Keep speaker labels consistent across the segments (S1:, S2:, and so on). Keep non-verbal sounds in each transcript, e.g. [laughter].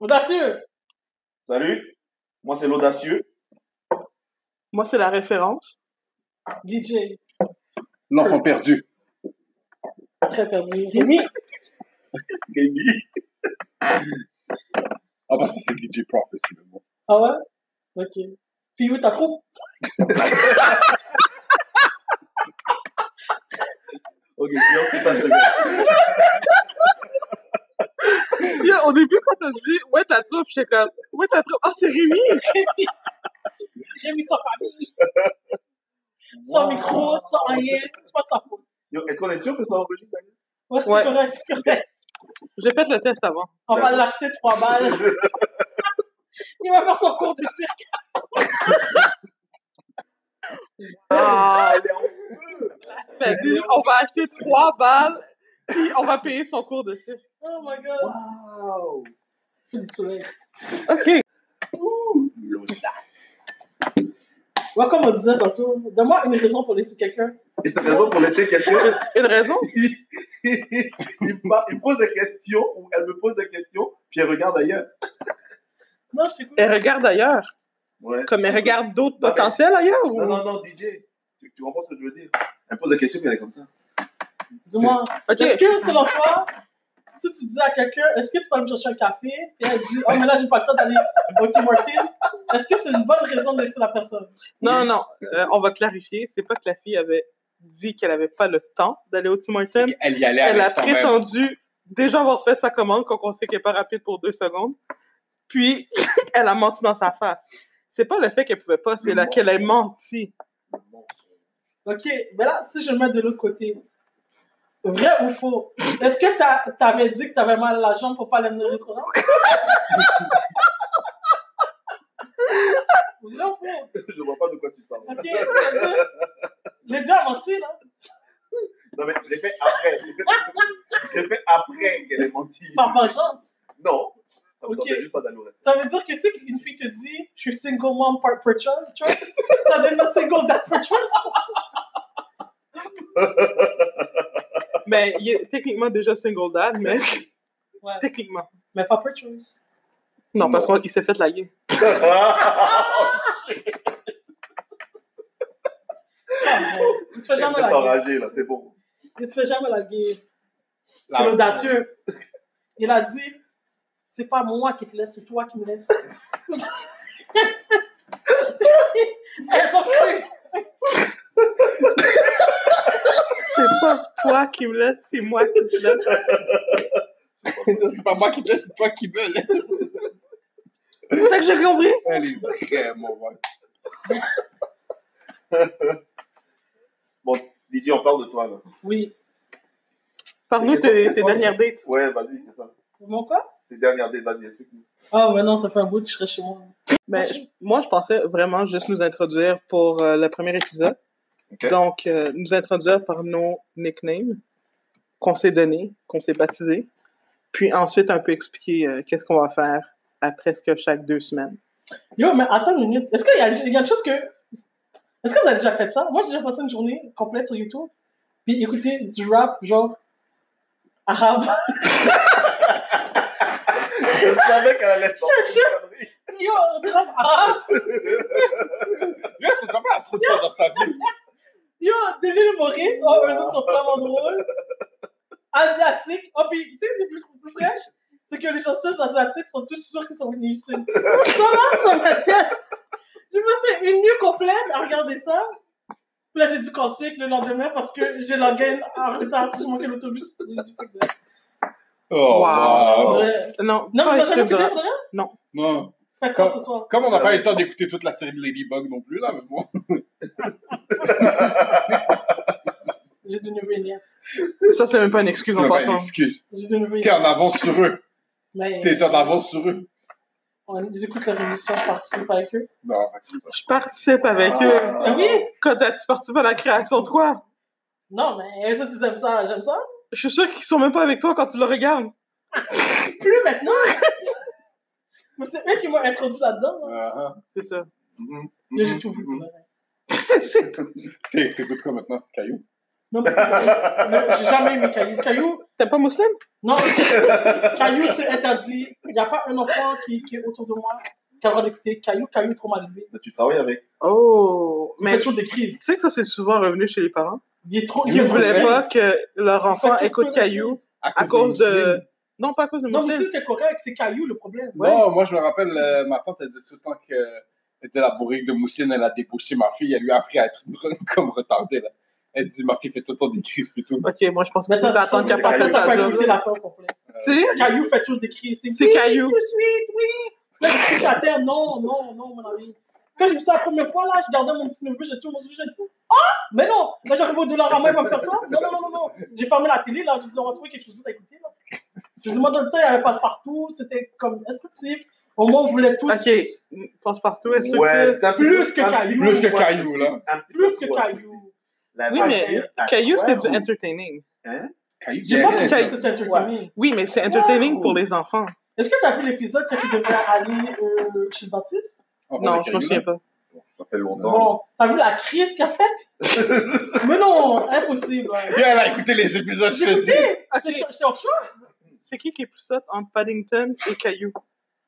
S1: Audacieux.
S2: Salut, moi c'est l'audacieux.
S3: Moi, c'est la référence.
S1: DJ.
S4: L'enfant perdu.
S1: Très perdu. Rémi.
S2: Rémi.
S4: Ah bah ça c'est DJ Prophecy. mais bon.
S1: Ah ouais? Ok. Puis où t'as trop?
S2: Ok, silence, c'est pas de
S3: Yeah, au début, quand t'as dit « Ouais, ta troupe », j'étais comme « Ouais, ta troupe ». Ah, c'est Rémi!
S1: J'ai mis sans famille, sans micro, sans rien. C'est pas de sa faute.
S2: Yo, Est-ce qu'on est sûr que ça enregistre Daniel
S1: Ouais, c'est
S3: Ouais.
S1: correct, c'est correct.
S3: J'ai fait le test avant.
S1: On va l'acheter trois
S4: [laughs]
S1: balles. Il va faire son cours du cirque.
S3: Ah, Fait que, on va acheter trois balles, puis on va payer son cours de cirque.
S1: Oh my god.
S2: Wow
S1: C'est du soleil.
S3: OK.
S1: Ouais, comme on disait tantôt, donne-moi une raison pour laisser quelqu'un.
S2: Et t'as raison pour laisser quelqu'un.
S3: Une raison?
S2: [laughs] il, pa- il pose des questions, ou elle me pose des questions, puis elle regarde ailleurs.
S1: Non, je t'écoute.
S3: Elle regarde ailleurs.
S2: Ouais.
S3: Comme elle regarde d'autres potentiels ailleurs ou...
S2: Non, non, non, DJ. Tu, tu comprends ce que je veux dire Elle pose des questions, puis elle est comme ça. [laughs]
S1: Dis-moi, est-ce
S3: OK.
S1: que selon toi, si tu disais à quelqu'un, est-ce que tu peux aller me chercher un café? Et elle dit, oh, mais là, j'ai pas le temps d'aller au Tim Hortons. Est-ce que c'est une bonne raison de laisser la personne?
S3: Non, non, euh, on va clarifier. C'est pas que la fille avait dit qu'elle avait pas le temps d'aller au Tim Hortons.
S4: Elle y allait
S3: Elle a
S4: avec quand même.
S3: prétendu déjà avoir fait sa commande quand on sait qu'elle est pas rapide pour deux secondes. Puis, [laughs] elle a menti dans sa face. C'est pas le fait qu'elle pouvait pas, c'est là qu'elle a menti.
S1: Ok, mais là, si je le mets de l'autre côté, vrai ou faux, est-ce que t'a- t'avais dit que t'avais mal à la jambe pour pas aller au restaurant? vrai ou faux?
S2: je vois pas de quoi tu parles.
S1: Ok, c'est-à-dire, les deux ont menti, là.
S2: Non, mais je l'ai fait après. Je l'ai fait- je l'ai fait après qu'elle ait menti.
S1: Par vengeance.
S2: Non. Ça me
S1: Ok.
S2: tentait juste pas d'aller
S1: [laughs]
S2: au restaurant.
S1: Ça veut dire que si une fille te dit « Je suis single mom par per choice », ça donne un single dad per choice.
S3: Mais il est techniquement déjà single dad, mais
S1: Ouais.
S3: techniquement.
S1: Mais pas per choice.
S3: Non, parce qu'il s'est fait lailler.
S1: Ah, bon. Il se fait
S2: Elle
S1: jamais
S2: est
S1: la guerre.
S2: enragée, là, c'est bon.
S1: Il se fait jamais la guerre.
S4: La-
S1: C'est
S4: [laughs]
S1: audacieux. Il a dit « C'est pas moi qui te laisse, c'est toi qui me laisse. » Elles sont crues.
S3: C'est pas toi qui me laisse, c'est moi qui te laisse.
S4: C'est pas moi qui te laisse, c'est toi qui me laisse.
S3: C'est pour ça que j'ai compris.
S4: Elle est vraiment bonne.
S2: Bon, Didier, on parle de toi, là.
S1: Oui.
S3: Parle-nous tes, tes dernières dates.
S2: Ouais, vas-y, c'est ça.
S1: Mon quoi?
S2: C'est dernière date, vas-y, explique-nous.
S1: Ah, mais non, ça fait un bout que je serai chez moi.
S3: Mais Ben, je- moi, je pensais vraiment juste nous introduire pour euh, le premier épisode.
S2: Ok.
S3: Donc, euh, nous introduire par nos nicknames qu'on s'est donnés, qu'on s'est baptisés. Puis ensuite, un peu expliquer euh, qu'est-ce qu'on va faire à presque chaque deux semaines.
S1: Yo, mais attends une minute. Est-ce qu'il y, a- il y a une chose que. Est-ce que vous avez déjà fait ça? Moi, j'ai déjà passé une journée complète sur YouTube, puis écouter du rap, genre. arabe.
S2: [laughs]
S1: [laughs]
S2: Je savais qu'elle allait
S1: Je te Yo, du rap arabe!
S4: Là, c'est jamais un truc dans sa vie.
S1: Yo, Devine Maurice, oh, eux autres sont vraiment drôles. Asiatique, oh, puis tu sais ce qui est plus, plus fraîche? C'est que les chanteuses asiatiques sont tous sûrs qu'ils sont venus ici. Comment ça ma tête? Je me suis une nuit complète à regarder ça. Puis là, j'ai dû casser le lendemain parce que j'ai la gaine en retard. J'ai manqué l'autobus. J'ai dû fuck that.
S4: Oh, euh,
S3: Wow.
S4: wow.
S1: Ouais.
S3: Non,
S1: Non,
S3: pas
S1: mais t'as jamais
S3: écrire du
S1: écouté
S3: rap.
S1: pour rien?
S4: Non.
S1: Faites ça ce soir.
S4: Comme on n'a pas eu le temps d'écouter toute la série de Ladybug non plus, là, mais bon.
S1: J'ai de nouveau une nièce.
S3: Ça, c'est même pas une excuse en
S4: C'est pas une
S3: passant.
S4: excuse.
S1: J'ai de nouveau une
S4: T'es en avance sur eux.
S1: Mais
S4: T'es en avance sur eux.
S1: on- Ils écoutent la révolution, je participe avec eux.
S4: Non, vas-y.
S3: Je participe avec eux.
S1: Ah oui?
S3: Quand t'as- tu participes à la création de quoi?
S1: Non, mais eux autres, ils aiment ça. J'aime ça.
S3: Je suis sûr qu'ils sont même pas avec toi quand tu le regardes.
S1: Plus maintenant. mais c'est eux qui m'ont introduit là-dedans. hein.
S4: Ah, ah.
S3: C'est ça.
S2: Mm-hmm.
S1: Là, j'ai tout vu.
S4: T'é- T'écoutes quoi maintenant, Caillou?
S1: Non, mais c'est- mais j'ai jamais aimé Caillou. Caillou,
S3: T'es pas musulman?
S1: non, Caillou, c'est interdit. Il n'y a pas un enfant qui, qui est autour de moi qui a le droit d'écouter Caillou. Caillou est trop mal élevé.
S2: Mais Bah, tu travailles avec.
S3: Oh!
S1: Il fait
S3: Mais tu
S1: toujours des crises.
S3: sais que ça, c'est souvent revenu chez les parents.
S1: Il est trop.
S3: Ils
S1: est
S3: ne
S1: trop
S3: voulaient
S1: gris.
S3: pas que leur
S1: Il fait
S3: enfant
S1: tout le
S3: écoute
S1: temps des
S3: Caillou
S1: crises.
S3: à cause
S4: des musulmans.
S3: de... Non, pas à cause de
S1: Non, mais
S3: musulmans.
S1: si t'es correct, c'est Caillou le problème.
S4: Non, moi, je me rappelle, euh, ma tante, elle disait tout le temps que elle était la bourrique de Moussine, elle a débouché ma fille, elle lui a appris à être [laughs] comme retardée. Là. Elle dit, ma fille fait tout le temps des crises et tout.
S3: Ok, moi, je pense que
S1: Mais
S3: c'est
S1: Bah, ça,
S3: la tante qui a
S1: c'est
S3: pas
S1: Caillou,
S3: fait
S1: ça
S3: sa
S1: peut
S3: job.
S1: écouter la fin au complet.
S3: Tu sais,
S1: Caillou fait toujours des crises.
S3: C'est
S1: oui,
S3: Caillou.
S1: Tout de suite, oui. Là, je suis [laughs] à terre. Non, non, non, mon ami. Quand j'ai vu ça la première fois, là, je gardais mon petit neveu, j'ai tué mon sujet. Ah Mais non Là, j'arrive au Dollarama, il va me faire ça Non, non, non, non, non. J'ai fermé la télé, là, j'ai dit, on va trouver quelque chose d'autre à écouter. Là. Je dis, moi, dans le temps, il y avait passe-partout, c'était comme instructif. Au moins, on voulait tous.
S3: Ok, passe-partout, est-ce que...
S2: c'est un peu-
S1: Plus que
S2: un petit
S1: Caillou.
S2: peu
S4: Plus que
S2: quoi,
S4: Caillou, là.
S2: un petit
S1: Plus
S2: peu
S1: que
S2: quoi.
S1: Caillou.
S2: La
S3: Oui, mais
S2: partie à
S3: Caillou,
S2: quoi,
S3: c'était du
S2: ou-
S3: entertaining.
S4: Caillou,
S1: J'ai pas dit
S4: elle,
S1: que
S3: Caillou.
S1: c'était entertaining.
S3: Oui, mais c'est entertaining
S2: Wow.
S3: pour les enfants.
S1: Est-ce que t'as vu l'épisode quand tu devais aller euh, chez le dentiste
S4: on parle
S3: Non,
S4: de
S3: je me
S4: Oh, Caillou,
S3: souviens
S4: là.
S3: pas.
S2: Ça fait longtemps.
S1: Bon, t'as vu la crise qu'elle a faite
S4: [laughs]
S1: Mais non, impossible. ouais.
S4: Et elle a écouté les épisodes, je
S1: J'ai
S4: te dis.
S1: écouté, j'étais j'étais en choc.
S3: C'est qui qui est plus sotte entre Paddington et Caillou?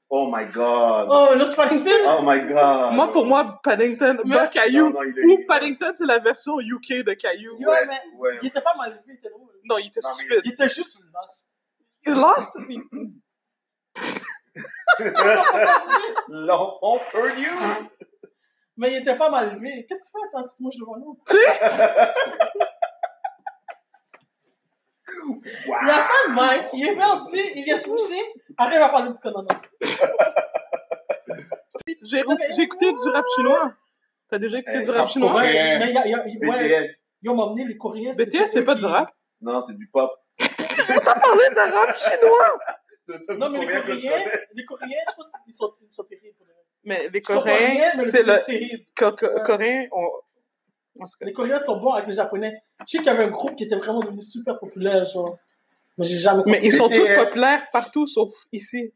S2: Oh my god.
S1: Oh, Los Paddington
S2: Oh my god.
S3: Moi, pour moi, Paddington bat
S2: Non,
S3: Caillou.
S2: non, il est-
S3: Ou Paddington, c'est la version UK de Caillou.
S1: Yo, mais
S2: Ouais.
S1: il était pas mal élevé, il était drôle.
S3: Non, il était
S2: Non, mais-
S3: stupide.
S1: Il était juste
S4: [laughs]
S1: lost.
S3: Il lost.
S2: L'enfant perdu.
S1: Mais il était pas mal élevé. Qu'est-ce que tu fais, toi, tu te mouches devant nous
S2: Wow.
S1: Il y a pas de mic, il est perdu, il vient se moucher. Arrive à parler du Conan.
S3: J'ai j'ai écouté du rap chinois. T'as déjà écouté
S2: Eh,
S3: du rap
S4: rap
S3: chinois?
S4: coréen.
S1: Ouais, mais il y a, il y a, il- ouais,
S2: BTS.
S1: ils m'ont emmené les Coréens.
S3: BTS, c'est
S1: eux
S3: pas du
S1: qui-
S3: rap.
S2: Non, c'est du pop.
S3: T'as parlé de rap chinois!
S1: Non, mais les
S2: Combien que je
S1: Coréens,
S2: connais.
S1: les Coréens, je pense qu'ils sont, ils sont terribles.
S3: Mais les
S1: Ils sont pas
S3: Coréens,
S1: rien, mais le
S3: c'est
S1: pays
S3: le.
S1: est terrible.
S3: co- co- Coréens, on. en tout cas,
S1: Les Coréens sont bons avec les Japonais. Je sais qu'il y avait un groupe qui était vraiment devenu super populaire, genre. Mais j'ai jamais compris.
S3: Mais ils sont tous
S2: BTS.
S3: populaires partout sauf ici.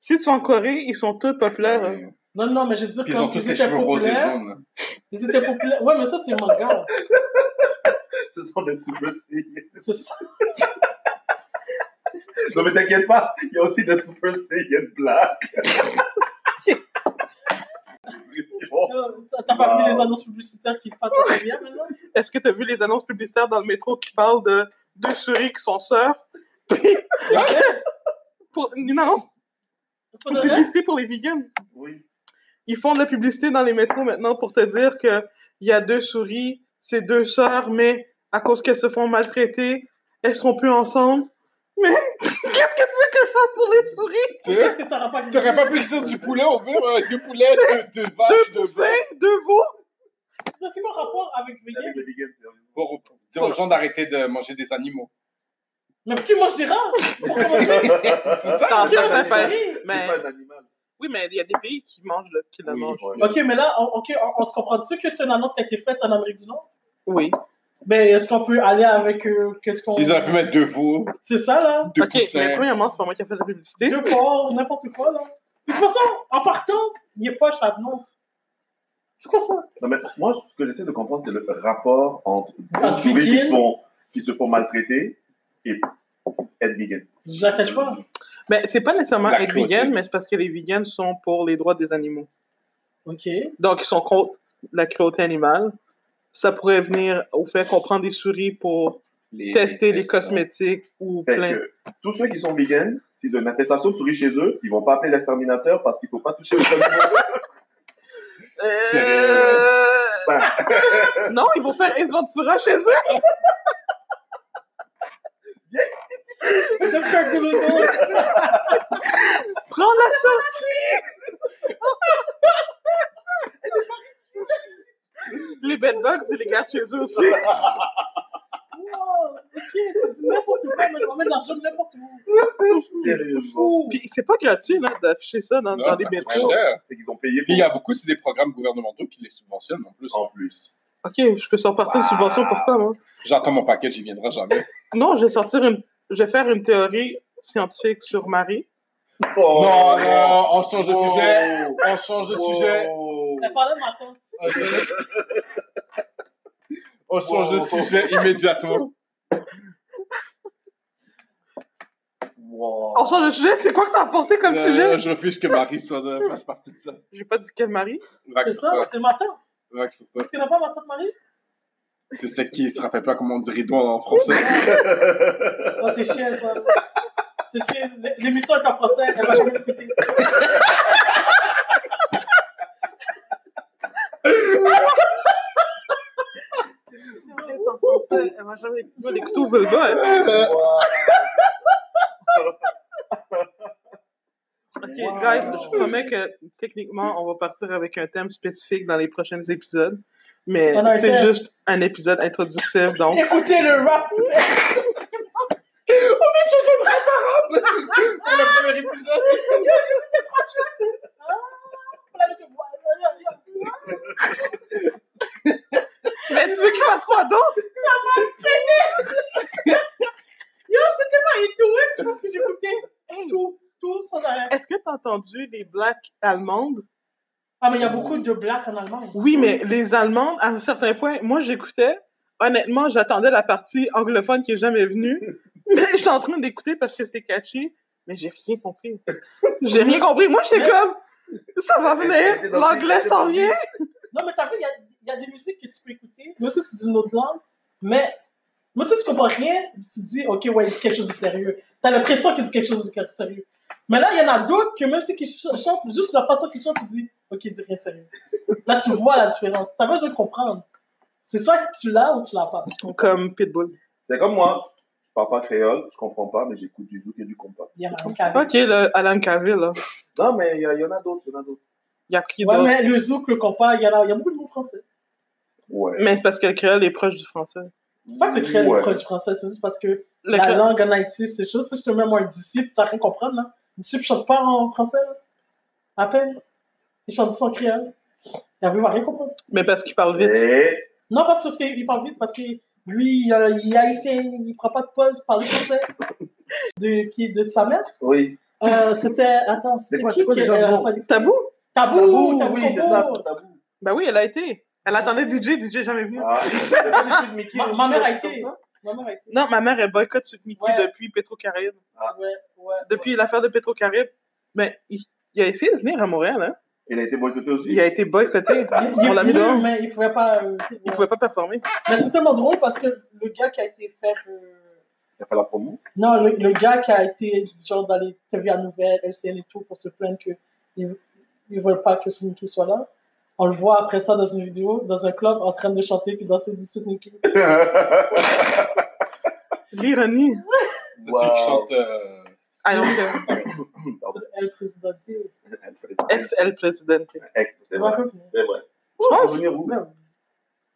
S3: Si tu vas en Corée, ils sont tous populaires. hein.
S4: Puis
S1: Non, non, mais je veux dire,
S4: Ils ont
S1: quand
S4: tous
S1: ils
S4: les
S1: étaient
S4: cheveux roses et
S1: populaires,
S4: jaunes.
S1: ils étaient populaires. Ouais, mais ça, c'est
S4: [laughs]
S1: manga.
S2: Ce sont des super Saiyans.
S1: C'est ça.
S2: Non, mais t'inquiète pas, il y a aussi des super Saiyans black.
S1: Euh, T'as pas
S2: Wow.
S4: Bah.
S1: vu les annonces publicitaires qui passent à Korea maintenant?
S3: Est-ce que tu as vu les annonces publicitaires dans le métro qui parlent de deux souris qui sont sœurs? [laughs] Puis- pour une annonce
S1: Pour
S3: une
S1: de vrai?
S3: publicité pour les vegans.
S2: oui.
S3: Ils font de la publicité dans les métros maintenant pour te dire que il y a deux souris, c'est deux sœurs, mais à cause qu'elles se font maltraiter, elles sont plus ensemble. Mais [laughs] qu'est-ce que tu veux que je fasse pour les souris?
S4: Tu
S1: Qu'est-ce que ça rapporte?
S4: T'aurais pas pu dire du poulet au mur, euh, deux poulets, deux, deux vaches, deux
S3: Poussin, deux veaux.
S1: Mais C'est quoi le rapport avec vegan?
S2: Avec les vegans, c'est horrible.
S4: Pour dire aux gens d'arrêter de manger des animaux.
S1: Mais qui mange des rats? Pour commencer,
S4: [laughs]
S3: Attends,
S1: qui
S3: ça
S1: mange
S3: fait
S1: des
S3: pas-
S1: souris?
S2: C'est
S3: Mais-
S2: pas un animal.
S3: Oui, mais il y a des pays qui mangent le, qui le
S2: Oui,
S3: mangent.
S2: ouais.
S1: Ok, mais là, on, ok, on, on se comprend-tu que c'est une annonce qui a été faite en Amérique du Nord?
S3: Oui.
S1: Ben, est-ce qu'on peut aller avec. euh, Qu'est-ce qu'on.
S4: Ils auraient pu mettre deux veaux,
S1: C'est ça, là?
S4: deux
S3: ok, mais
S4: poussins.
S3: premièrement, c'est pas moi qui ai fait la publicité.
S1: Deux porcs, n'importe quoi, là. De toute façon, en partant, il n'y a pas l'annonce. C'est quoi ça?
S2: Non, mais moi, ce que j'essaie de comprendre, c'est le rapport entre
S1: Un
S2: les souris qui se
S1: vegan.
S2: font, qui se font maltraiter et être vegan.
S1: J'attache pas.
S3: Mais c'est pas nécessairement
S4: La
S3: être
S4: cruauté.
S3: vegan, mais c'est parce que les vegans sont pour les droits des animaux.
S1: Ok.
S3: Donc, ils sont contre la cruauté animale. Ça pourrait venir au fait qu'on prend des souris pour
S4: Les-
S3: tester les
S4: tests, hein. Ben,
S3: cosmétiques ou
S2: Fait
S3: plein.
S2: que tous ceux qui sont vegan, s'ils ont une infestation de souris chez eux, ils vont pas appeler l'exterminateur parce qu'il faut pas toucher aux animaux.
S3: Euh... non, ils vont faire Ace Ventura chez eux.
S1: Docteur Doolittle.
S3: Prends la sortie. les bedbugs, ils les gardent chez eux aussi.
S1: Wow, ok, c'est du n'importe quoi, mais on met de l'argent de n'importe où.
S2: Sérieusement.
S1: Ouh.
S3: Puis c'est pas gratuit là, d'afficher ça dans,
S4: Non,
S3: dans les
S4: ça coûte
S3: métros.
S4: cher.
S2: Fait qu'ils ont payé
S4: Puis il y
S2: pour
S4: a beaucoup, c'est des programmes gouvernementaux qui les subventionnent en plus.
S2: en plus.
S3: Ok, je peux sortir une subvention pour ça, moi.
S4: J'attends mon paquet, j'y viendrai jamais.
S3: Non, je vais sortir une. Je vais faire une théorie scientifique sur Marie.
S2: Oh,
S4: non, non, on change de
S2: oh,
S4: sujet. On change de
S2: oh.
S4: sujet.
S1: T'as parlé de ma tante.
S4: Ok. On change de
S2: Wow.
S4: sujet immédiatement.
S2: Wow.
S3: On change de sujet, c'est quoi que t'as apporté comme
S4: Euh,
S3: sujet?
S4: Je refuse que Marie soit de- fasse partie de ça.
S3: J'ai pas dit quel mari.
S4: Vague
S1: C'est
S4: sur toi.
S1: ça, c'est ma tante.
S4: Vague sur toi.
S1: Tu connais pas ma tante Marie
S4: C'est ça qui se rappelle pas comment on dit rideau en français.
S1: Oh, t'es chien, toi. C'est chill. L- L'émission est en français, elle va jamais l'écouter.
S3: C'est vrai, elle est en français, elle m'a jamais écouté les couteaux hein. vulgaires. [laughs]
S2: Wow.
S3: Ok,
S2: Wow.
S3: guys, je promets que techniquement, on va partir avec un thème spécifique dans les prochains épisodes. Mais
S1: On a un
S3: c'est
S1: thème.
S3: juste un épisode introductif, donc.
S1: Écoutez le [laughs] rap. [laughs] Ah, On est toujours le rap
S3: [laughs] Mais tu veux qu'il fasse quoi d'autre?
S1: Yo, c'était ma étoile. Je pense que j'ai écouté tout, tout sans arrêt.
S3: Est-ce que t'as entendu les blacks allemandes?
S1: Ah, mais il y a beaucoup de blacks en Allemagne.
S3: Oui, mais les allemandes, à un certain point, moi j'écoutais. Honnêtement, j'attendais la partie anglophone qui est jamais venue. [laughs] Mais je suis en train d'écouter parce que c'est catchy. Mais j'ai rien compris. J'ai rien compris. Moi, j'étais comme, ça va venir. L'anglais s'en vient.
S1: Non, mais t'as vu, il y a, il y a des musiques que tu peux écouter, même si c'est d'une autre langue, mais même si tu comprends rien, tu dis, OK, ouais, il dit quelque chose de sérieux. T'as l'impression qu'il dit quelque chose de sérieux. Mais là, il y en a d'autres que même si qu'ils ch- chantent, juste la façon qu'ils chantent, tu dis, OK, il dit rien de sérieux. Là, tu vois la différence. T'as pas besoin de comprendre. C'est soit que tu l'as ou tu l'as pas.
S3: Comme Pitbull.
S2: C'est comme moi. Je parle pas créole, je comprends pas, mais j'écoute du zouk et du compas.
S1: Il y en a un qui a-
S3: Ok, le Alan Cavill, là.
S2: Non, mais il y, a- il y en a d'autres, il y en a d'autres.
S3: Il y a qui
S1: Ouais,
S3: d'autre?
S1: mais le zouk, le compas, il y, en a, il y a beaucoup de mots français.
S2: Ouais.
S3: Mais c'est parce que le créole est proche du français.
S1: C'est pas que le créole est
S2: Ouais.
S1: proche du français, c'est juste parce que
S3: Le
S1: la
S3: créole-
S1: langue en Haïti, c'est chaud. Si je te mets moi un disciple, tu vas rien comprendre. Là. Disciple chante pas en français. Là. À peine. Il chante sans créole. Il avait rien comprendre.
S3: Mais parce qu'il parle vite.
S2: Et
S1: Non, parce, parce qu'il parle vite, parce que lui, euh, il est haïtien, il prend pas de pause, il parle français. De, qui, de sa mère.
S2: oui.
S1: Euh, c'était. Attends,
S2: C'est
S1: c'était
S2: quoi-
S1: qui
S2: c'est quoi
S1: qui
S2: déjà le
S1: euh,
S2: nom
S1: pas dit-
S3: Tabou?
S1: Tabou,
S2: Tabou,
S1: tabou,
S2: oui, c'est ça,
S1: tabou.
S2: c'est tabou.
S3: Ben oui, elle a été. Elle attendait DJ, DJ jamais venu.
S1: [laughs]
S2: Ah, c'est pas des trucs Mickey,
S1: Ma,
S2: ou
S1: ma mère a
S2: des trucs
S1: été.
S2: comme ça
S1: Ma mère a été.
S3: Non, ma mère, elle boycotte Sud Mickey
S1: Ouais.
S3: depuis Petro-Caraïbes.
S1: Ouais, ouais.
S3: Depuis l'affaire de Petro-Caraïbes, ben, il, il a essayé de venir à Montréal. Hein.
S2: Il a été boycotté aussi.
S3: Il a été boycotté.
S2: Ah,
S1: Il, il
S3: On
S1: est
S3: l'a mis
S1: venu,
S3: dehors.
S1: mais il pouvait pas. euh,
S3: Il pouvait pas performer.
S1: Mais c'est tellement drôle parce que le gars qui a été faire. euh,
S2: Il a fait la promo.
S1: Non, le, le gars qui a été genre dans les TVA Nouvelles, LCN et tout pour se plaindre qu'ils ne veulent pas que Sonic soit là, on le voit après ça dans une vidéo, dans un club, en train de chanter puis danser du Sonic.
S3: L'ironie.
S4: C'est celui qui chante. euh,
S3: I don't care.
S1: C'est elle présidente. Tu
S3: Ex-El Presidente.
S2: Ex, c'est
S1: vois,
S2: vrai. C'est vrai.
S3: Tu penses?
S2: Revenir où
S1: Non,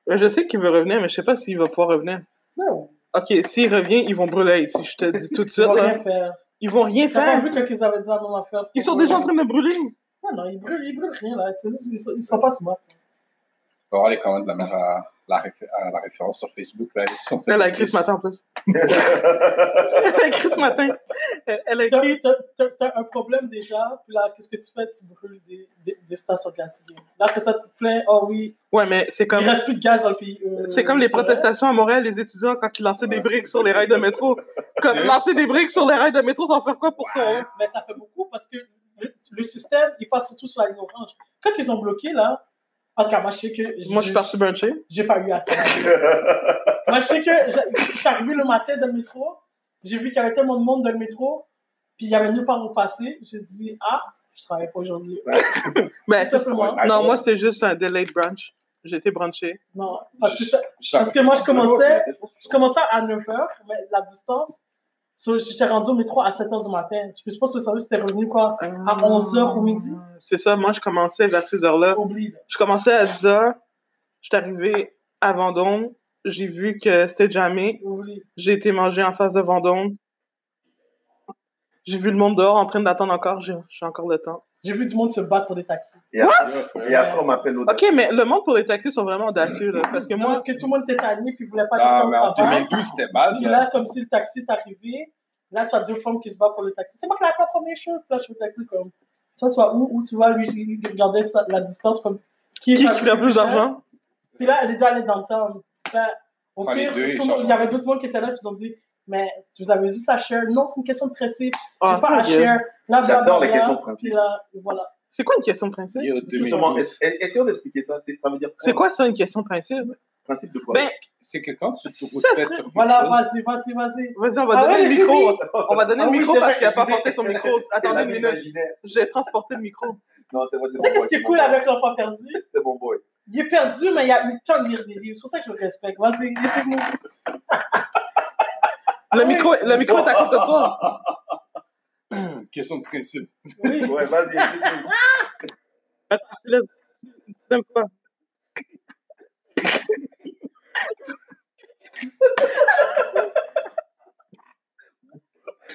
S3: Ben, Je sais qu'il veut revenir, mais je sais pas s'il va pouvoir revenir.
S1: non.
S3: Ok, s'il revient, ils vont brûler Haïti. Je te dis tout de
S1: Ils
S3: suite.
S1: vont
S3: Là.
S1: rien faire.
S3: Ils vont rien
S1: T'as pas
S3: faire.
S1: vu qu'ils avaient dit à maman faire.
S3: Ils sont déjà en train de brûler.
S1: Non, non, ils brûlent, ils brûlent rien là. C'est juste- Ils sont, ils sont pas smart.
S4: On va aller quand même de la mère à la, réfé- à la référence sur Facebook. Là, ils sont-
S3: Elle a écrit ce matin en plus. Elle a écrit ce matin. Elle, elle a
S1: T'as
S3: écrit.
S1: t'as- t'as- t'as un problème déjà, puis là, qu'est-ce que tu fais? Tu brûles des, des, des stations gazières. Là, après ça, tu te plains, oh oui,
S3: Ouais, mais c'est
S1: il
S3: comme.
S1: reste plus de gaz dans le pays. Euh,
S3: C'est comme les
S1: vrai.
S3: protestations à Montréal, les étudiants, quand ils lançaient des
S4: Ouais.
S3: briques sur les rails de métro. Comme
S4: Ouais.
S3: lancer des briques sur les rails de métro, ça en faire quoi pour toi? hein?
S1: Mais ça fait beaucoup parce que le, le système, il passe surtout sur la ligne orange. Quand ils ont bloqué, là, en tout cas, moi, je sais que.
S3: Moi, je suis parti bruncher.
S1: J'ai pas eu à faire. moi, je sais que j'a- je suis arrivé le matin dans le métro. J'ai vu qu'il y avait tellement de monde dans le métro. Puis il y avait nulle part où passer. J'ai dit, ah, je travaille pas aujourd'hui.
S3: Ben,
S1: Tout simplement.
S2: Ouais.
S3: non, moi, c'était juste un delayed brunch. J'ai été brunché.
S1: Non, parce que, ça-
S4: Jamais.
S1: parce que moi, je commençais, je commençais à 9h, mais la distance. So, j'étais rendu au métro à 7h du matin. Je suppose que le service était revenu, quoi.
S3: À
S1: 11h au midi?
S3: C'est ça, moi, je commençais vers ces heures-là.
S1: Oublie.
S3: Je commençais à 10h. Je suis arrivé à Vendôme. J'ai vu que c'était jamais.
S1: Oublie.
S3: J'ai été manger en face de Vendôme. J'ai vu le monde dehors en train d'attendre encore. J'ai j'ai encore le temps.
S1: J'ai vu du monde se battre pour des taxis.
S2: Et après, et après, on m'appelle l'autre.
S3: OK, mais le monde pour les taxis sont vraiment audacieux, là, parce que
S1: Non,
S3: moi,
S1: parce que tout le monde était tanné puis voulait pas
S4: Ah,
S1: quelqu'un
S4: mais en
S1: au travail.
S4: 2012, c'était mal.
S1: Puis
S4: là.
S1: là, comme si le taxi est arrivé, là, tu as deux femmes qui se battent pour le taxi. C'est moi qui la première chose. Puis Là, je fais le taxi comme. Toi, tu vois où, où tu vois, lui, il regardait sa- la distance comme.
S3: qui
S1: est
S3: qui ferait plus d'argent?
S1: Puis là, elle est déjà allée dans le town. Puis Là, Au
S4: Prends les
S1: pire,
S4: deux et
S1: tout le monde-
S4: change.
S1: il y avait d'autres monde qui étaient là, puis ils ont dit, mais vous avez juste à share. Non, c'est une question de principe.
S3: Ah,
S1: J'ai pas à
S3: ta gueule.
S1: share. Là,
S2: J'adore les
S1: blablabla.
S2: questions de principe.
S1: Puis là, voilà.
S3: C'est quoi une question de principe?
S4: Yo,
S2: Justement,
S4: 2012.
S2: es- es- essayons d'expliquer ça. C'est- Ça veut dire
S3: C'est quoi ça, une question de principe?
S2: Principe de quoi
S3: Ben,
S4: C'est que quand tu
S3: Ça
S4: te respectes
S3: serait-
S4: sur quelque
S1: Voilà,
S4: chose-
S1: vas-y, vas-y, vas-y.
S3: Vas-y, on va
S1: Ah
S3: donner
S1: ouais,
S3: le
S1: les
S3: micro.
S1: chéris.
S3: On va donner
S2: Ah
S3: le
S2: oui,
S3: micro
S2: c'est
S3: parce
S2: vrai,
S3: qu'il a pas
S2: excusez,
S3: porté son
S2: c'est
S3: micro.
S2: la- [laughs]
S3: Attendez
S2: c'est
S3: une
S2: la
S3: minute.
S2: imaginaire.
S3: J'ai transporté le micro.
S2: Non, c'est vrai, c'est
S1: Tu
S2: bon.
S1: sais, qu'est-ce qui est cool avec l'enfant perdu?
S2: C'est bon, boy.
S1: Il est perdu, mais il a eu le temps de lire des livres. C'est pour ça que je le respecte. Vas-y, explique-nous.
S3: Le
S1: oui.
S3: micro, le micro est à côté de toi.
S4: Question de principe.
S1: Oui.
S2: Ouais, vas-y. explique-nous.
S3: Attends, tu laisses. tu- t'aimes pas.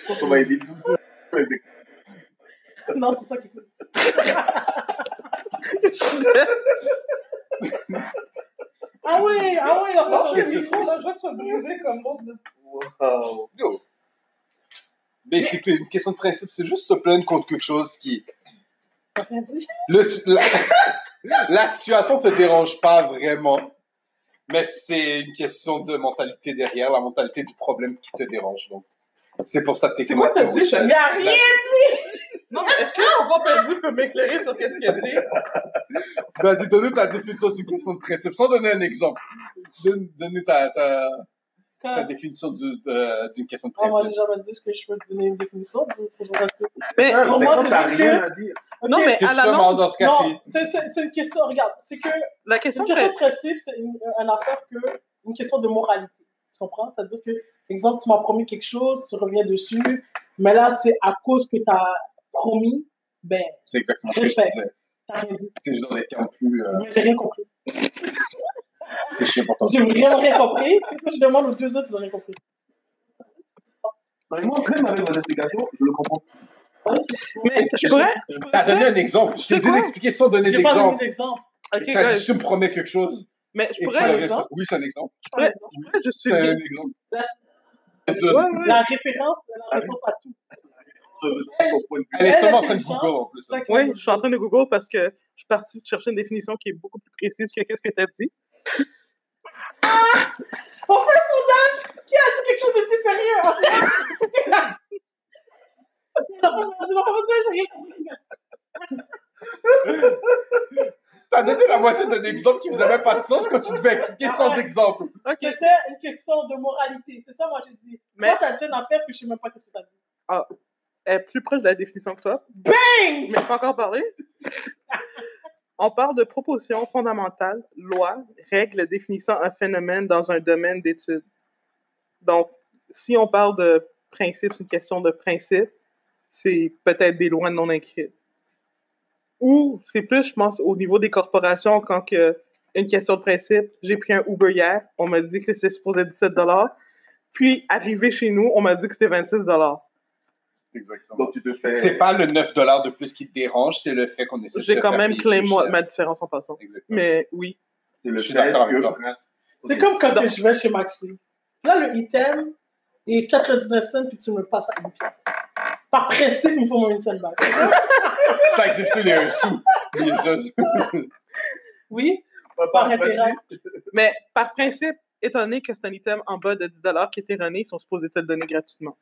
S2: On va aider tout.
S1: [laughs] Non, c'est ça qui est cool. Ah oui, ah oui, l'enfant
S2: Non,
S1: perdu,
S2: c'est
S1: le micro, là, je vois que tu vas le briser comme l'autre. là.
S2: Wow.
S4: Yo. Basically, une question de principe, c'est juste se plaindre contre quelque chose qui.
S1: T'as rien dit?
S4: le- la, [laughs] la situation te dérange pas vraiment, mais c'est une question de mentalité derrière, la mentalité du problème qui te dérange. Donc, c'est pour ça que t'es
S3: C'est quoi
S4: comme
S3: t'as
S4: tu
S3: dit,
S1: Il
S3: Charlie?
S1: n'y a rien!
S3: Non, mais est-ce que l'enfant perdu peut m'éclairer sur qu'est-ce qu'il a dit?
S4: Vas-y, donne-nous ta définition d'une question de principe, sans donner un exemple. Donne- Donne-nous ta, ta, ta
S1: Quand-
S4: définition du- de- d'une question de
S1: Euh. Ah, moi, j'ai
S4: principe.
S1: jamais dit que je peux te donner une définition du trou jurassique.
S3: Mais,
S2: Ah,
S1: Pour
S2: mais
S1: moi,
S2: comme
S1: c'est
S2: t'as
S1: juste
S2: rien à dire.
S1: Ok,
S3: non, mais
S4: C'est
S3: à la
S4: justement
S3: langue,
S4: dans ce cas
S1: Non, c'est- c'est c'est une question, regarde, c'est que
S3: la
S1: C'est une
S3: question
S1: question
S3: c'est
S1: de principe, c'est une, euh, une affaire que une question de moralité. Tu comprends? C'est-à-dire que, exemple, tu m'as promis quelque chose, tu reviens dessus, mais là, c'est à cause que tu as promis, ben,
S4: C'est exactement ce que je
S1: Respect.
S4: disais.
S1: t'as rien dit.
S4: C'est juste dans les termes plus euh,
S1: Mais J'ai rien compris.
S4: clichés pour toi.
S1: J'ai vraiment rien compris. Puis toi, je demande aux deux autres, ils ont rien compris.
S2: Non, mais moi, même avec vos explications, je le comprends.
S3: Mais je pourrais? Je
S4: T'as donné
S3: pourrais?
S4: un exemple. Je
S3: C'est
S4: t'ai donné
S3: quoi?
S4: une explication, donné
S1: J'ai pas donné
S4: d'exemple.
S1: d'exemple.
S3: Ok,
S4: T'as
S3: guys.
S4: dit, tu me promets quelque chose.
S3: Mais je
S4: et
S3: pourrais,
S4: tu l'as
S3: je
S4: raison. Oui, c'est un exemple.
S1: Par exemple,
S3: pourrais juste
S4: C'est un
S3: suivre.
S4: exemple.
S1: La-
S4: C'est
S3: Euh, bah, Ouais,
S4: juste-
S3: ouais.
S1: La référence, la réponse à tout.
S2: Je- je comprends.
S4: Elle est
S1: Elle
S4: seulement en
S1: est
S4: train de
S1: intelligente.
S4: Google en plus. là.
S1: C'est ça que-
S3: Oui, je suis en train de Google parce que je suis parti chercher une définition qui est beaucoup plus précise que qu'est-ce que tu as dit.
S1: On fait un sondage! Qui a dit quelque chose de plus sérieux? [laughs] Non, non, non, non, non, j'ai rien compris.
S4: T'as donné la moitié d'un exemple qui faisait même pas de sens quand tu devais expliquer
S3: Ah
S4: sans exemple.
S3: Ok.
S1: C'était une question de moralité. C'est ça, moi, j'ai dit.
S3: Mais-
S1: Toi, t'as dit une affaire que je sais même pas qu'est-ce que t'as dit.
S3: Ah, Elle est plus proche de la définition que toi.
S1: Bang!
S3: Mais pas encore parlé. On parle de proposition fondamentale, loi, règle définissant un phénomène dans un domaine d'étude. Donc, si on parle de principe, c'est une question de principe, c'est peut-être des lois non écrites. Ou c'est plus, je pense, au niveau des corporations, quand que une question de principe, j'ai pris un Uber hier, on m'a dit que c'était supposé 17 puis arrivé chez nous, on m'a dit que c'était 26
S4: Exactement.
S2: Donc, tu te fais.
S4: C'est pas le 9 de plus qui te dérange, c'est le fait qu'on essaie de
S3: J'ai
S4: te
S3: quand
S4: faire
S3: même
S4: payer
S3: clé
S4: plus
S3: moi,
S4: cher.
S3: ma différence en passant.
S4: Exactement.
S3: Mais oui.
S2: C'est le
S4: Je suis d'accord
S2: fait
S4: avec
S2: que-
S1: C'est comme quand que je vais chez Maxi. Là, le item est 99 cents, puis tu me le passes à une pièce. Par principe, il me faut moins une seule balle.
S4: Ça existe plus les sous. Jesus.
S1: Oui?
S2: Pas
S1: Par
S2: par-
S1: intérêt.
S3: Mais par principe, étant donné que c'est un item en bas de 10 qui est erroné, ils sont supposés te le donner gratuitement.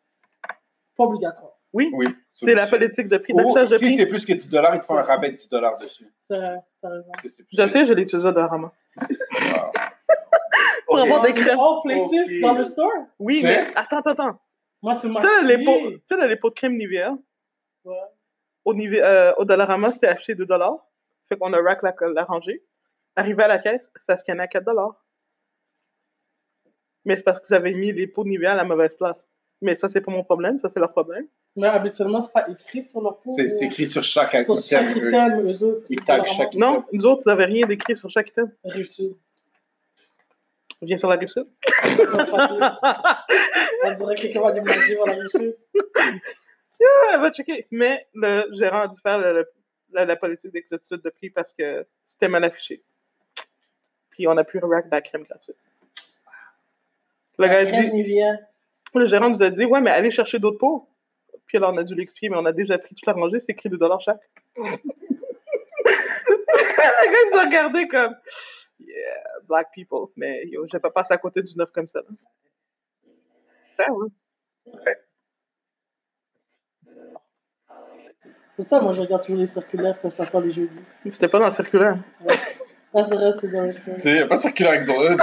S1: Pas obligatoire.
S3: Oui,
S4: Oui.
S3: c'est la politique de prix
S4: Ou
S3: d'affichage de
S4: si
S3: prix.
S4: c'est plus que 10 dollars, ils te font un rabais de 10 dollars dessus.
S1: C'est vrai, T'as raison.
S4: Parce que c'est plus
S3: Je
S4: que-
S3: sais, je l'ai utilisé de Rama.
S4: Ah.
S3: [laughs] Pour
S2: Ok.
S3: avoir des crêpes.
S1: All places
S2: Ok.
S1: dans le store?
S3: Oui,
S4: C'est-
S3: mais attends, attends, attends.
S1: Moi, c'est
S3: Tu
S1: Maxi.
S3: sais, là, les pots- tu sais, là, les pots de crème Nivea,
S1: Ouais.
S3: au, Nive- euh, au Dollarama, c'était acheté 2 Fait qu'on a rack la, la rangée. Arrivé à la caisse, ça scannait à 4 Mais c'est parce qu'ils avaient mis les pots de Nivea à la mauvaise place. Mais ça, c'est pas mon problème, ça, c'est leur problème.
S1: Mais habituellement, c'est pas écrit sur leur pot.
S4: C'est c'est écrit sur chaque
S1: Sur
S4: item.
S1: chaque
S4: euh,
S1: item, eux autres.
S4: Ils taguent chaque item.
S3: Non, nous autres, ils avaient rien d'écrit sur chaque item.
S1: Réussi.
S3: On vient sur la rive sud.
S1: C'est pas facile. On dirait que quelqu'un va déménager, voilà, monsieur.
S3: Elle va checker. Mais le gérant a dû faire le- le- la, la politique d'exactitude de prix parce que c'était mal affiché. Puis on a pu rack de la crème gratuite. Le, gars a
S1: Crème
S3: dit,
S1: Nivea.
S3: le gérant nous a dit Ouais, mais allez chercher d'autres pots. Puis là, on a dû l'expliquer, mais on a déjà pris toute la rangée, c'est écrit 2 chaque. le gars, il nous a regardé comme Yeah, black people. Mais yo, je vais pas passer à côté du neuf comme ça. là. Ah ouais.
S1: Pour ça, moi, je regarde toujours les circulaires quand ça sort les jeudis.
S3: C'était pas dans le circulaire.
S1: Ah, c'est vrai, c'est dans le story.
S4: Tu sais, y a pas circulaire avec
S3: [laughs]
S4: Donald.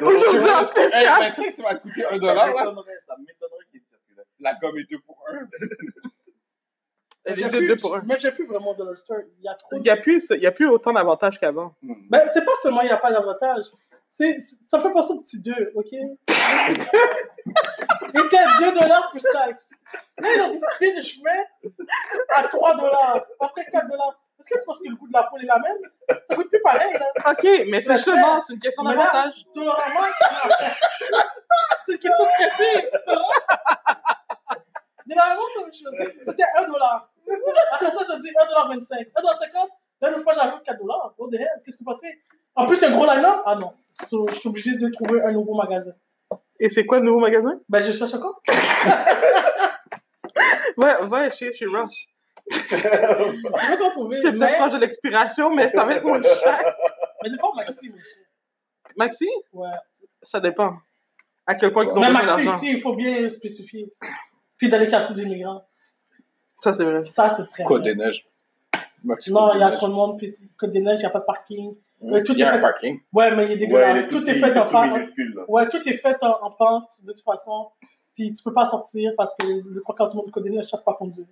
S3: Aujourd'hui,
S4: Hey, ben,
S3: en spécial.
S4: 25, ça va coûter 1
S2: Ça
S4: dollar, là.
S2: m'étonnerait ça m'étonnerait qu'il y ait une circulaire.
S4: La gomme est 2 pour 1.
S3: Elle
S1: J'ai
S3: est
S1: plus-
S3: deux pour un.
S1: Moi, j'ai plus vraiment Dollar Store. Il y a trop.
S3: Il n'y a, plus ce- il y a plus autant d'avantages qu'avant.
S1: Ben, c'est pas seulement il n'y a pas d'avantage. C'est, c'est- ça me fait penser au petit 2,
S3: [laughs]
S1: ok? Le petit deux. Il était à 2 dollars plus taxe. Là, ils ont décidé de chemin à 3 dollars, après 4 dollars. Est-ce que tu penses que le coût de la poule est la même? Ça coûte plus pareil, là.
S3: OK, mais c'est justement, c'est une question
S1: Mais là,
S3: d'avantage.
S1: Dollarama, c'est- c'est une question de pressing, tu vois? Dollarama, c'est la même chose. C'était 1 dollar. Après ça, ça dit 1 dollar 25. 1 dollar 50. Là, une fois, j'arrive 4 dollars. What the hell? Qu'est-ce qui s'est passé? En plus, c'est un gros line-up. Ah non. So, je suis obligé de trouver un nouveau magasin.
S3: Et c'est quoi le nouveau magasin?
S1: Ben, je cherche encore.
S3: Ouais, ouais, chez, chez Ross.
S1: Je vais t'en trouver.
S3: C'est peut-être
S1: mais,
S3: proche de l'expiration, mais ça va être moins
S1: [laughs]
S3: cher.
S1: mais des fois, Maxime aussi.
S3: Maxi,
S1: Ouais.
S3: ça dépend. À quel point ils ont
S1: Mais
S3: besoin
S1: Maxi
S3: d'argent.
S1: ici, il faut bien spécifier. Puis dans les quartiers d'immigrants.
S3: Ça, c'est vrai.
S1: Ça, c'est très
S4: Quoi
S1: bien.
S4: des neiges? Max,
S1: Ben Non,
S4: Côte
S1: il
S4: des
S1: y a
S4: Neiges.
S1: trop de monde. Puis, Côte des Neiges, il n'y a pas de parking. euh, tout
S4: Il y a
S1: est
S4: un
S1: fait-
S4: parking.
S1: Ouais, mais il est dégueulasse.
S2: Ouais,
S1: tout,
S2: petit,
S1: est fait en
S2: tout
S1: pente.
S2: minuscule, là.
S1: Ouais, tout est fait en, en pente, de toute façon. Puis tu peux pas sortir parce que le trois quarts du monde connaît ne savent pas conduire.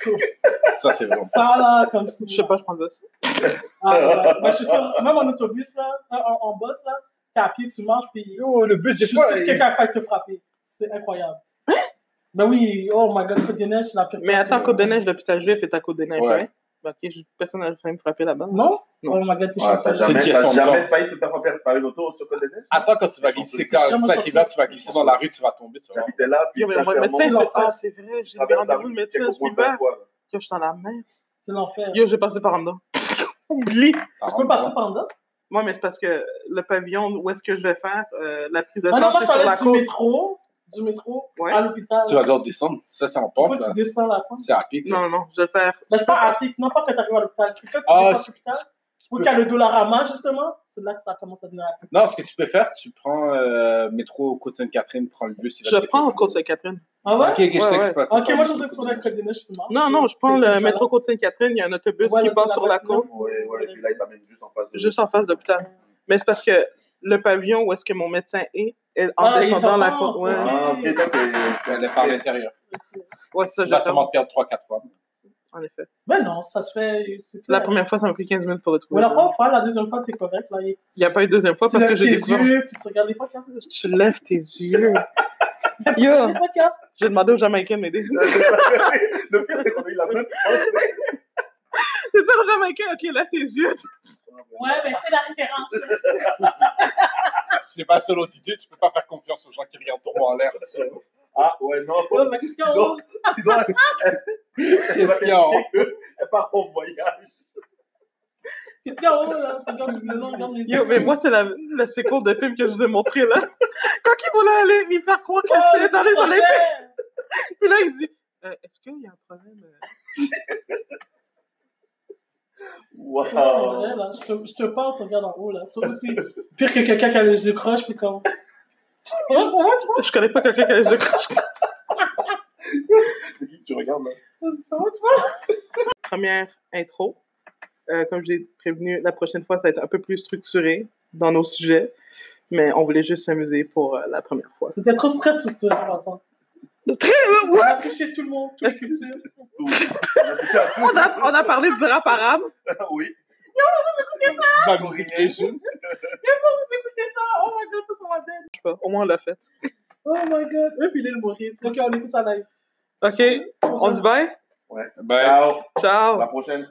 S1: So,
S4: Ça, c'est vraiment.
S1: ça, là, comme si.
S3: Je sais pas, je prends ça.
S1: Ah, ouais. Moi, je suis sûr, même en autobus, là, en, en bus, là, t'es à pied, tu marches, puis
S3: Oh,
S4: Yo, le bus,
S1: je
S4: des
S1: suis
S4: fois.
S1: sûr que
S4: il-
S1: quelqu'un va te frapper. C'est incroyable. Ben oui, oh my god, Côte des Neiges, c'est la pire.
S3: Hein? Mais
S1: place.
S3: attends, Côte des Neiges, l'hôpital juif est à Côte des Neiges,
S4: Ouais.
S3: ouais. Bah, ok, je- personne n'a failli me frapper là-bas.
S1: Non?
S3: Non.
S1: Oh my god, t'es
S4: Ouais,
S1: chanceux.
S2: T'as
S4: C'est
S2: jamais,
S4: une
S2: t'as
S4: question de
S2: jamais
S4: temps.
S2: failli te faire frapper par une auto sur le côté des neiges
S4: Attends, quand tu vas glisser, quand
S1: Justement,
S4: ça
S1: ça,
S4: qui
S1: c'est-
S4: va, tu vas glisser dans la rue, tu vas tomber, tu vois.
S2: J'habitais là, puis
S3: Yo, mais le médecin,
S2: sincèrement,
S3: c'est
S1: l'enfer.
S3: ah, c'est vrai, j'ai des
S2: traverse la
S3: rendez-vous le
S2: rue,
S3: médecin,
S2: quelques
S3: je
S2: fois
S3: suis
S2: par
S3: pas.
S2: fois.
S3: Yo, je suis dans la mer.
S1: C'est l'enfer.
S3: Yo, j'ai passé par en dedans. [laughs] Oublie!
S1: Tu peux passer par là?
S3: Moi, mais c'est parce que le pavillon où est-ce que je vais faire euh, la prise de
S1: Ah non,
S3: sang,
S1: moi,
S3: c'est
S1: je
S3: sur la
S1: parlais du
S3: côte.
S1: métro, du métro
S3: Ouais.
S1: à l'hôpital.
S4: Tu vas devoir descendre. Ça, c'est en
S1: Pourquoi
S4: pompe.
S3: ben.
S4: là.
S1: tu descends la pente?
S4: C'est à pied.
S3: Non, non, non, je vais faire.
S1: Mais c'est pas
S3: Ah.
S1: à pic, non pas quand t'arrives à l'hôpital. C'est quand tu
S4: Ah,
S1: vas à l'hôpital, ou qu'il y a le Dollarama, justement, c'est là que ça commence à devenir à pic.
S4: Non, ce que tu peux faire, tu prends euh, métro Côte-Sainte-Catherine, prends le bus. il va
S3: Je
S4: te
S3: prends
S4: déposer.
S3: côte Sainte-Catherine.
S1: Ah ouais?
S4: Ok, ok, je
S3: Ouais,
S4: sais que
S3: ouais.
S4: tu passes.
S1: Ok, moi
S4: par le
S1: je pensais que tu prenais le
S4: Côte-Sainte.
S1: code des neiges, justement.
S3: Non, non, je prends le métro côte Sainte-Catherine. Il y a un autobus
S1: Ouais,
S3: qui
S1: le
S3: passe sur la
S1: Dollarama.
S3: côte,
S2: Ouais, ouais, puis là, il t'amène juste en face de
S3: juste en face de l'hôpital. Mais c'est parce que le pavillon où est-ce que mon médecin est, est en
S1: Ah, il est
S3: descendant
S1: en
S3: la
S1: bas,
S3: côte. Ouais,
S1: ouais.
S2: Ah, ok, toi, t'es-
S4: Tu vas aller par l'intérieur.
S3: ouais c'est ça,
S4: Tu
S3: je
S4: vas
S3: vais faire,
S4: sûrement te perdre 3-4 fois.
S3: en effet.
S1: Mais Ben non, ça se fait. c'est
S3: La
S1: clair.
S3: première fois, ça m'a pris 15 minutes pour le
S1: Mais
S3: trouver.
S1: la première fois, la deuxième fois, t'es correct. Là, il-
S3: Il n'y a pas eu deuxième fois
S1: tu
S3: parce que
S1: lèves tes
S3: j'ai découvert.
S1: yeux, puis tu regardes les
S3: [laughs]
S1: podcasts.
S3: Tu lèves tes yeux.
S1: Tu regardes
S3: Yo,
S1: les hein. podcasts.
S3: j'ai demandé aux Jamaïcains de m'aider. [laughs]
S2: euh, [laughs] Le pire, c'est qu'on a eu la même
S3: C'est ça aux Jamaïcains, ok, lève tes yeux.
S1: Ouais, mais c'est la référence.
S4: Si c'est pas seul audité, tu peux pas faire confiance aux gens qui regardent trop en l'air.
S1: [laughs]
S4: tu vois.
S2: Ah, ouais, non.
S1: Ouais, mais qu'est-ce qu'il y a en
S2: Non.
S1: haut?
S2: Sinon,
S1: [laughs]
S2: elle- elle va
S4: Qu'est-ce qu'il y a en haut
S2: t'expliquer [laughs] qu'elle part en voyage.
S1: Qu'est-ce qu'il y a en haut, là? Tu regardes du blanc, regarde les
S3: Yo,
S1: yeux. Oh,
S3: mais moi, c'est la, la séquence de film que je vous ai montré, là. [laughs] Quand il voulait aller lui faire croire qu'elle était dans les Olympiques, puis là, il dit Euh, Est-ce qu'il y a un problème euh,
S1: En
S2: Waouh.
S1: vrai, là, hein. Je te- je te parle, tu regardes en haut, là. C'est aussi pire que quelqu'un qui a les yeux croches, puis comme. Pourquoi [laughs] tu
S3: Je connais pas quelqu'un qui a les yeux crochus.
S2: C'est qui que tu regardes, là
S1: parles de ça? Tu
S3: Première intro. Euh, comme j'ai prévenu, la prochaine fois, ça va être un peu plus structuré dans nos sujets. Mais on voulait juste s'amuser pour euh, la première fois.
S1: C'était trop stress ce truc, par exemple.
S3: Très- euh,
S1: On a touché tout le monde, toute
S3: Est-ce-
S1: culture.
S2: [laughs] Tout. On a touché à tout.
S3: on, a, on a parlé du rap arabe.
S2: Oui.
S4: La musique Asian.
S1: Vous écoutez ça? Oh my god, ça, ça va bien.
S3: Je sais pas, au moins, on l'a fait.
S1: Oh my god. Eux, puis il est le Maurice. Ok, on écoute ça live.
S3: OK, on se dit bye.
S4: Ben,
S2: Ciao. À
S3: Ciao.
S2: la prochaine.